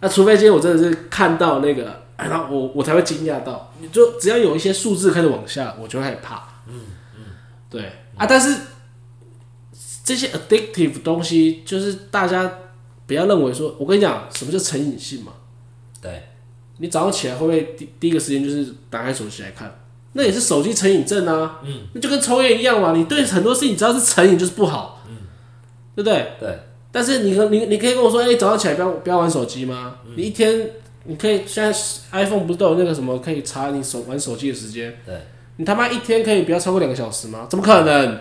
S2: 那除非今天我真的是看到那个，哎然后我我才会惊讶到，你就只要有一些数字开始往下，我就会害怕。嗯嗯，对啊，但是这些 addictive 东西，就是大家不要认为说，我跟你讲，什么叫成瘾性嘛？
S1: 对，
S2: 你早上起来会不会第第一个时间就是打开手机来看？那也是手机成瘾症啊，嗯，那就跟抽烟一样嘛。你对很多事情只要是成瘾就是不好，嗯，对不对？
S1: 对，
S2: 但是你可你你可以跟我说，哎、早上起来不要不要玩手机吗？你一天你可以现在 iPhone 不是都有那个什么可以查你手玩手机的时间？
S1: 对，
S2: 你他妈一天可以不要超过两个小时吗？怎么可能？因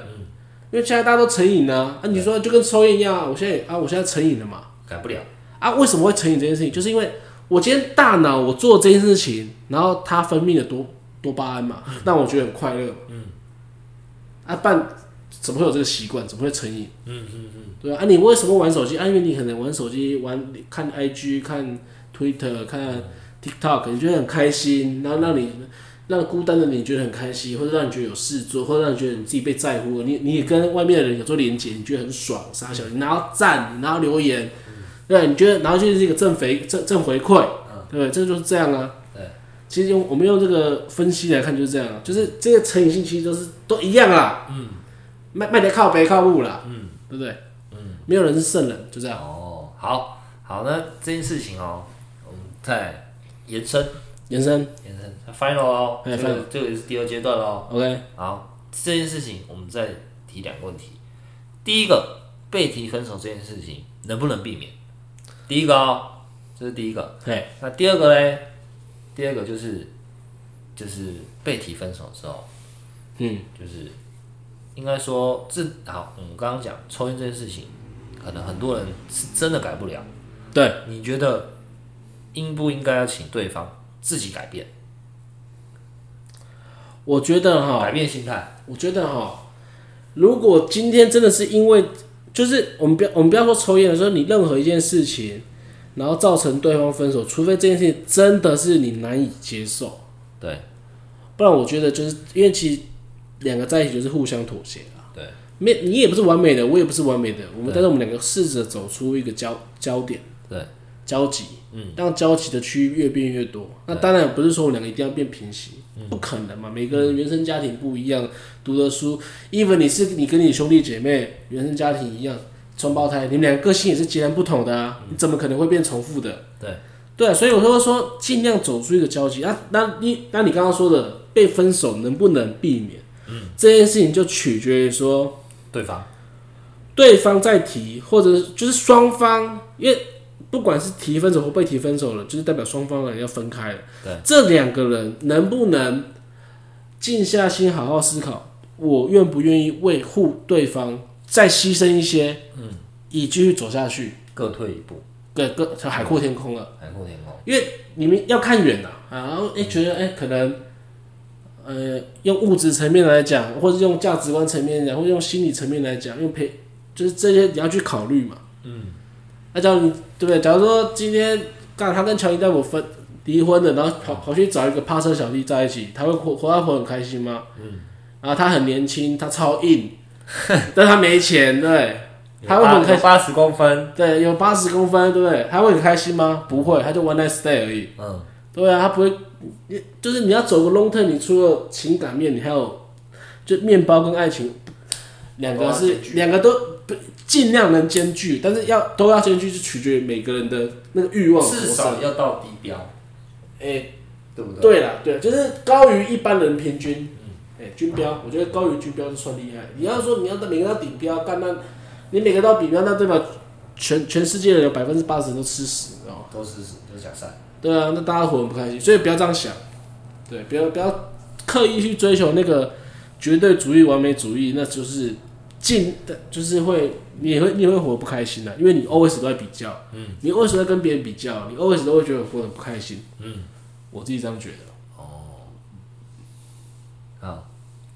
S2: 为现在大家都成瘾啊，啊，你说就跟抽烟一样啊，我现在也啊，我现在成瘾了嘛，
S1: 改不了，
S2: 啊，为什么会成瘾这件事情？就是因为我今天大脑我做这件事情，然后它分泌了多多巴胺嘛，让我觉得很快乐。嗯。啊，办怎么会有这个习惯？怎么会成瘾？嗯嗯嗯。对啊，啊你为什么玩手机？啊，因为你可能玩手机玩看 IG、看 Twitter、看 TikTok，你觉得很开心，然后让你。让孤单的你觉得很开心，或者让你觉得有事做，或者让你觉得你自己被在乎了，你你也跟外面的人有做连接，你觉得很爽，傻小，你拿到赞，你拿到留言，对，你觉得，然后就是一个正回正正回馈，对嗯不对？这就是这样啊。
S1: 对，
S2: 其实用我们用这个分析来看，就是这样啊，就是这个成瘾性其实都是都一样啦。嗯，卖卖得靠北靠物啦。嗯，对不对？嗯，没有人是圣人，就这样
S1: 哦，好好，那这件事情哦，我们再延伸
S2: 延伸。
S1: 延伸，final 哦，
S2: 哎
S1: 这个这个也是第二阶段喽。
S2: OK，
S1: 好，这件事情我们再提两个问题。第一个，被提分手这件事情能不能避免？第一个哦，这是第一个。
S2: 嘿，
S1: 那第二个嘞？第二个就是，就是被提分手之后，
S2: 嗯，
S1: 就是应该说这好，我们刚刚讲抽烟这件事情，可能很多人是真的改不了。
S2: 对，
S1: 你觉得应不应该要请对方自己改变，
S2: 我觉得哈，
S1: 改变心态？
S2: 我觉得哈，如果今天真的是因为，就是我们不要我们不要说抽烟的时候，你任何一件事情，然后造成对方分手，除非这件事情真的是你难以接受，
S1: 对
S2: 不然我觉得就是因为其实两个在一起就是互相妥协啊。
S1: 对，
S2: 没你也不是完美的，我也不是完美的，我们但是我们两个试着走出一个交焦点。
S1: 对，
S2: 交集，嗯，让交集的区域越变越多。那当然不是说我们两个一定要变平行，
S1: 嗯
S2: 不可能嘛。每个人原生家庭不一样，读的书，even 你是你跟你兄弟姐妹原生家庭一样，双胞胎，你们两个个性也是截然不同的
S1: 嗯
S2: 啊，你怎么可能会变重复的？
S1: 对
S2: 对啊，所以我说说尽量走出一个交集。那那你那你刚刚说的被分手能不能避免？嗯，这件事情就取决于说
S1: 对方，
S2: 对方在提，或者是就是双方，因为不管是提分手或被提分手了，就是代表双方人要分开了。
S1: 对，
S2: 这两个人能不能静下心好好思考，我愿不愿意为护对方再牺牲一些，嗯，以继续走下去？
S1: 各退一步，
S2: 对，各海阔天空了。
S1: 海阔天空。
S2: 你们要看远了、啊，然后哎、觉得哎、可能。呃，用物质层面来讲，或者用价值观层面讲，或者用心理层面来讲，用陪，就是这些你要去考虑嘛。嗯。那假如你对不对？假如说今天干他跟乔伊戴我分离婚了，然后跑跑去找一个趴车小弟在一起，他会活活他活得很开心吗？嗯。然后他很年轻，他超 硬，但他没钱，对。他会很开心
S1: 八十公分，
S2: 对，有八十公分，对不对？他会很开心吗？不会，他就 one night stay 而已。
S1: 嗯，
S2: 对啊，他不会，你就是你要走个 long term，你除了情感面，你还有就面包跟爱情两个
S1: 都要
S2: 是
S1: 兼具
S2: 两个都不尽量能兼具，但是要都要兼具是取决于每个人的那个欲望多
S1: 至
S2: 少。
S1: 少要到低标，
S2: 哎、
S1: 对不对？
S2: 对啦，对，就是高于一般人平均，哎、均标，我觉得高于均标就算厉害。你要说你要每个到顶标，干那，你每个到底标，那代表全全世界人有百分之八十都吃屎，你知道吗？
S1: 都是都假善，
S2: 对啊，那大家活得不开心，所以不要这样想，对，不要不要刻意去追求那个绝对主义、完美主义，那就是尽就是会你也会你也会活得不开心的、啊因为你 always 都在比较，嗯，你 always 都在跟别人比较，你 always 都会觉得活得不开心，嗯，我自己这样觉得，
S1: 好，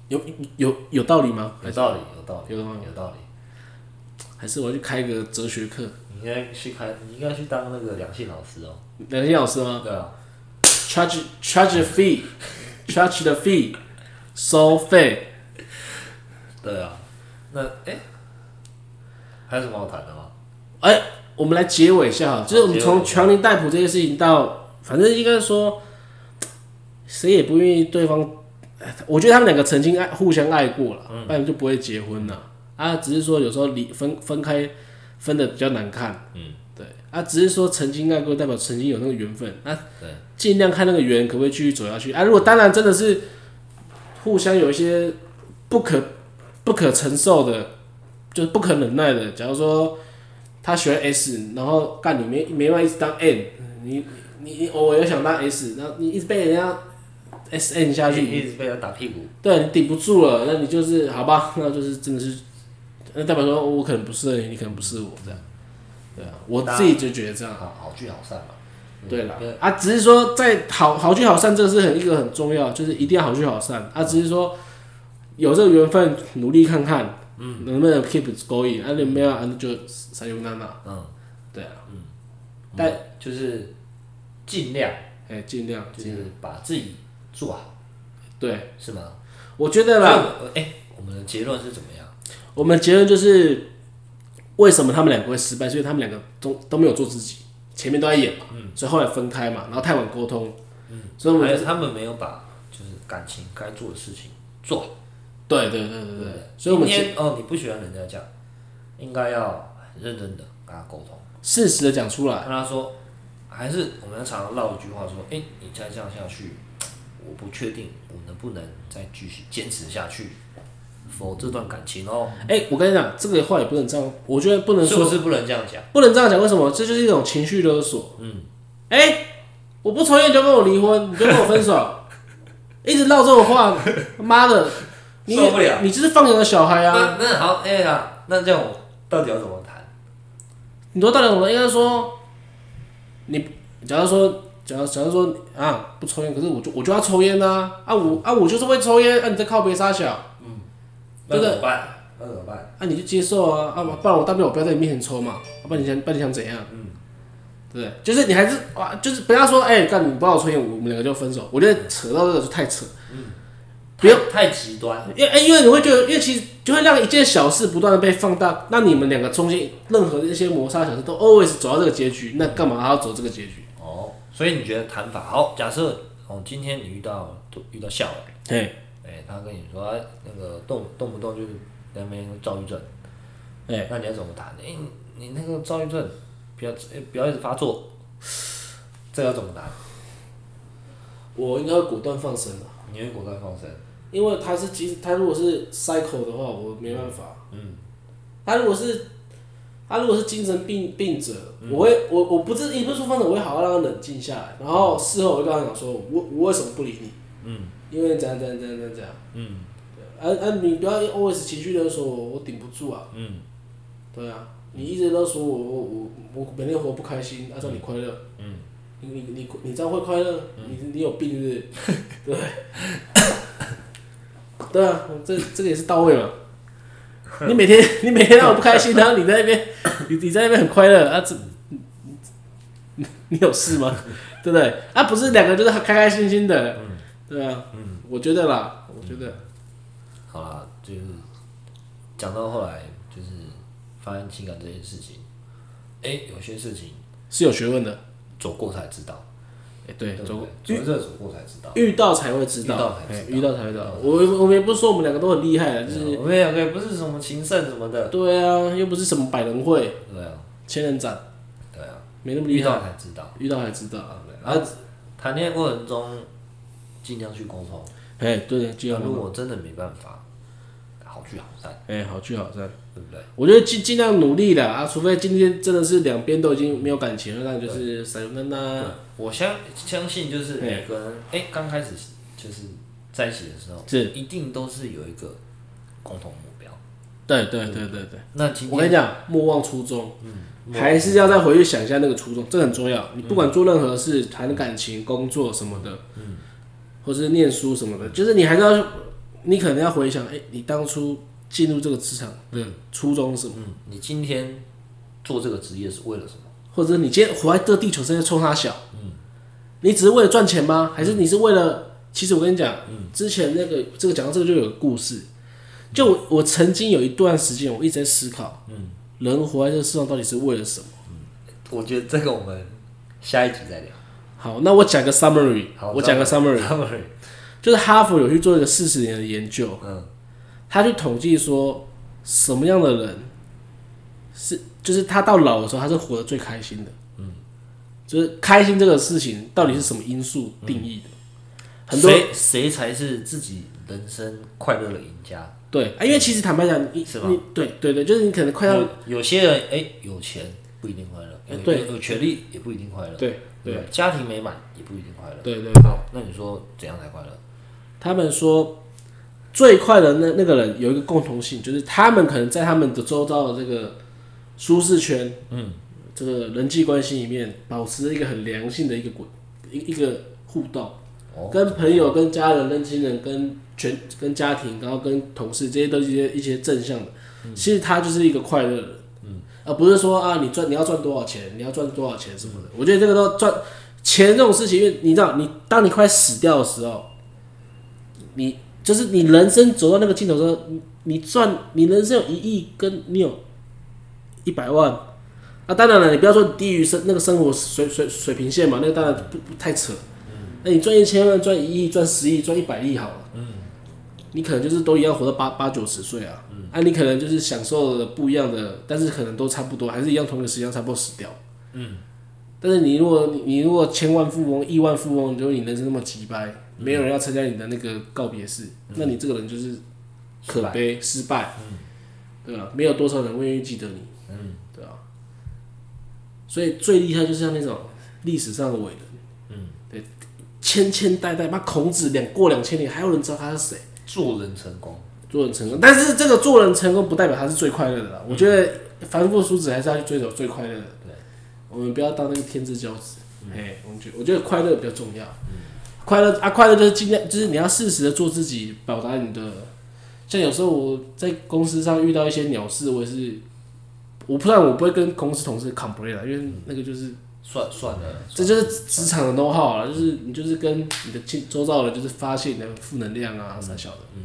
S2: 有有有道理吗？
S1: 有道理，有道理，
S2: 有道理
S1: 有道理。
S2: 还是我要去开一个哲学课？
S1: 你应该去开，你应该去当那个两性老师哦。
S2: 梁静老师吗
S1: 对啊，
S2: ？charge charge a fee charge the fee 收费，
S1: 对啊。那哎，还有什么好谈的吗？
S2: 哎、我们来结尾一下哈，就是我们从强尼逮捕这件事情到，反正应该说，谁也不愿意对方，哎我觉得他们两个曾经爱互相爱过了，不然就不会结婚了。啊，只是说有时候离分分开分的比较难看，嗯，对，啊，只是说曾经爱过，代表曾经有那个缘分，啊，
S1: 对，
S2: 尽量看那个缘可不可以继续走下去啊。如果当然真的是互相有一些不可不可承受的，就是不可忍耐的，假如说。他喜欢 S，然后干你没没办法一直当 N，你你你偶尔又想当 S，然后你一直被人家 S N 下
S1: 一
S2: 去，
S1: 一直被人打屁股。
S2: 对你顶不住了，那你就是好吧， 那就是真的是，那代表说我可能不适合你，你可能不适合我这样，对啊，我自己就觉得这样。
S1: 好好聚好散嘛。嗯
S2: 对啦
S1: 不要，
S2: 啊，只是说在好好聚好散，这个是很一个很重要，就是一定要好聚好散啊。只是说有这个缘分，努力看看，嗯，能不能 keep going？啊，你没有，啊，那就塞尤娜娜，
S1: 嗯，
S2: 对啊，
S1: 但就是尽量，
S2: 哎，尽量
S1: 就
S2: 尽量。
S1: 是把自己做好，
S2: 对，
S1: 是吗？
S2: 我觉得啦，
S1: 所以我。哎，我们的结论是怎么样？
S2: 我们结论就是，为什么他们两个会失败？所以他们两个都都没有做自己，前面都在演嘛，所以后来分开嘛，然后太晚沟通，所以我
S1: 还
S2: 们
S1: 有他们没有把就是感情该做的事情做好。
S2: 对对对对对，所以
S1: 今
S2: 我们结
S1: 天哦，你不喜欢人家讲，应该要很认真的跟他沟通，
S2: 适时的讲出来，
S1: 跟他说，还是我们要常常唠一句话说，哎、你再这样下去，我不确定我能不能再继续坚持下去，否这段感情哦，
S2: 哎、我跟你讲，这个话也不能这样，我觉得不能
S1: 是不
S2: 说
S1: 是不能这样讲？
S2: 不能这样讲，为什么？这就是一种情绪勒索。嗯，哎、我不抽烟你就跟我离婚，你就跟我 分手，一直唠这种话，妈的，你
S1: 受不了
S2: 你就是放养的小孩啊！
S1: 那那好，哎、呀，那这样我到底要怎么谈？
S2: 你说大人，我应该说，你假如说，假如假如说啊不抽烟，可是我就我就要抽烟呐、啊，我啊我就是会抽烟，啊你在靠别傻小，
S1: 那
S2: 真的
S1: 怎么办？那怎么办？
S2: 啊你就接受啊，啊不然我大不了我不要在你面前抽嘛，啊不然你想不然你想怎样？嗯，对不对，就是你还是啊，就是不要说哎干、你不让我抽烟，我们两个就分手，我觉得扯到这个就太扯，不要
S1: 太太极端，
S2: 因为、哎因为你会觉得，因为其实就会让一件小事不断的被放大，让你们两个中间任何的一些摩擦小事都 always 走到这个结局，那干嘛还要走这个结局？
S1: 哦，所以你觉得谈法好？假设哦，今天你遇到遇到笑了，
S2: 对，
S1: 哎、他跟你说、哎那个动动不动就是在那边躁郁症，
S2: 哎，
S1: 那你要怎么谈？哎、你你那个躁郁症不要、哎不要一直发作，这个要怎么谈？
S2: 我应该会果断放生了，
S1: 你会果断放生，
S2: 因为他是其实他如果是 cycle 的话，我没办法。嗯，他如果是他如果是精神病病者，我会我我不是也不是说放生，我会好好让他冷静下来，然后事后我会跟他讲说，我我为什么不理你？嗯，因为怎样怎样怎样怎样怎样。
S1: 嗯
S2: 啊啊！你不要 always 情绪勒索我，我顶不住啊。
S1: 嗯
S2: 对啊，你一直勒索我，我我我每天活不开心，啊，让你快乐。
S1: 嗯，
S2: 你你你你这样会快乐？你你有病是不是？对， 对啊，这这个也是到位 嘛。你每天你每天让我不开心，然后你在那边 你你在那边很快乐啊，这你你有事 吗？对不对？啊，不是两个就是开开心心的，对啊，我觉得啦，我觉得，
S1: 好啦，就是讲到后来就是发现情感这件事情，哎、有些事情
S2: 是有学问的。
S1: 走过才知道，
S2: 哎，对，
S1: 对
S2: 走
S1: 不对？真的走过才知道。
S2: 遇到才会知道，
S1: 遇到才知道
S2: 哎遇到才会知道。我我们也不是说我们两个都很厉害啊，就是
S1: 对啊我们两个也不是什么情圣什么的，
S2: 对啊，又不是什么百人会、
S1: 对啊，
S2: 千人斩，
S1: 对啊，
S2: 没那么
S1: 遇
S2: 厉害。
S1: 到才知道。
S2: 遇到才知道，
S1: 然后谈恋爱过程中，尽量去沟通。
S2: 哎，对，聚好
S1: 如，果真的没办法，好聚好散，
S2: 哎，好聚好散。
S1: 对不对？
S2: 我觉得尽尽量努力啦啊，除非今天真的是两边都已经没有感情了，那就是散分
S1: 对
S2: 啦。，
S1: 我相相信就是
S2: 哎
S1: 每个人，哎，刚开始就是在一起的时候，
S2: 是
S1: 一定都是有一个共同目标。
S2: 对对对对对，嗯
S1: 那今
S2: 我
S1: 天
S2: 跟你讲，莫忘初衷，还是要再回去想一下那个初衷，这很重要。你不管做任何事，谈感情、工作什么的，或是念书什么的，就是你还是要，你可能要回想，哎，你当初进入这个职场的初衷是什么，
S1: 嗯，你今天做这个职业是为了什么？
S2: 或者你今天活在这个地球上在冲他小，你只是为了赚钱吗？还是你是为了？其实我跟你讲，之前那个这个讲到这个就有个故事，就我我曾经有一段时间我一直在思考，人活在这个世上到底是为了什么？
S1: 我觉得这个我们下一集再聊。
S2: 好，那我讲个 summary，
S1: 好
S2: 我讲个 summary，
S1: summary，
S2: 就是哈佛有去做一个四十年的研究，
S1: 嗯，
S2: 他去统计说什么样的人是，就是他到老的时候他是活得最开心的，嗯，就是开心这个事情到底是什么因素定义的？很多
S1: 嗯谁谁才是自己人生快乐的赢家？
S2: 对啊，因为其实坦白讲，你
S1: 是吧
S2: 你对对对，就是你可能快要
S1: 有有些人哎、有钱不一定快乐，有
S2: 对
S1: 有有权利也不一定快乐，
S2: 对
S1: 对
S2: 对
S1: 吧，家庭美满也不一定快乐。
S2: 对对，
S1: 好，那你说怎样才快乐？
S2: 他们说最快的那那个人有一个共同性，就是他们可能在他们的周遭的这个舒适圈，嗯，这个人际关系里面保持一个很良性的一个轨一一个互动，
S1: 哦，
S2: 跟朋友、跟家人、跟亲人、跟全、跟家庭，然后跟同事，这些都是一些一些正向的。其实他就是一个快乐的人，嗯，而不是说啊，你赚你要赚多少钱，你要赚多少钱什么的。我觉得这个都赚钱这种事情，因为你知道，你当你快死掉的时候，你就是你人生走到那个尽头的时候，你你赚你人生有一亿，跟你有一百万。啊，当然了，你不要说低于生那个生活水水水平线嘛，那个当然不不太扯。那你赚一千万、赚一亿、赚十亿、赚一百亿好了，嗯，你可能就是都一样活到八八九十岁啊，嗯，啊，你可能就是享受了不一样的，但是可能都差不多，还是一样同一个时间差不多死掉，嗯，但是你如果你你如果千万富翁、亿万富翁，就是你人生那么急掰，没有人要参加你的那个告别式，那你这个人就是可悲、嗯失败，嗯，对吧？没有多少人会愿意记得你，嗯，对啊，所以最厉害就是像那种历史上的伟人。千千代代，妈孔子两过两千年，还有人知道他是谁？
S1: 做人成功，
S2: 做人成功，但是这个做人成功不代表他是最快乐的啦。我觉得凡夫俗子还是要去追求最快乐的。
S1: 对，
S2: 我们不要当那个天之骄子。哎、我们觉我觉得快乐比较重要。快乐啊，快乐就是尽量，就是你要适时的做自己，表达你的。像有时候我在公司上遇到一些鸟事，我也是，我不然我不会跟公司同事 complain 啦，因为那个就是
S1: 算算了，
S2: 这就是职场的 know how 了，就是你就是跟你的亲周遭的人就是发泄你的负能量啊啥小的，嗯，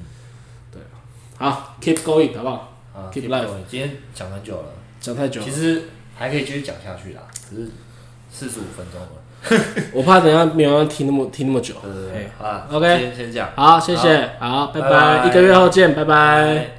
S2: 对啊，好，keep going 好不好？
S1: 啊
S2: Keep
S1: ，keep
S2: live
S1: going，今天讲很久了，
S2: 讲太久了
S1: 其，实还可以继续讲下去啦，只是四十五分钟了。
S2: 我怕等一下没有人要听那么听那么久。
S1: 对对对，好啦
S2: OK
S1: 今天先这样，
S2: 好，谢谢，好，拜
S1: 拜
S2: 拜，
S1: 拜
S2: 一个月后见，拜拜。
S1: 拜。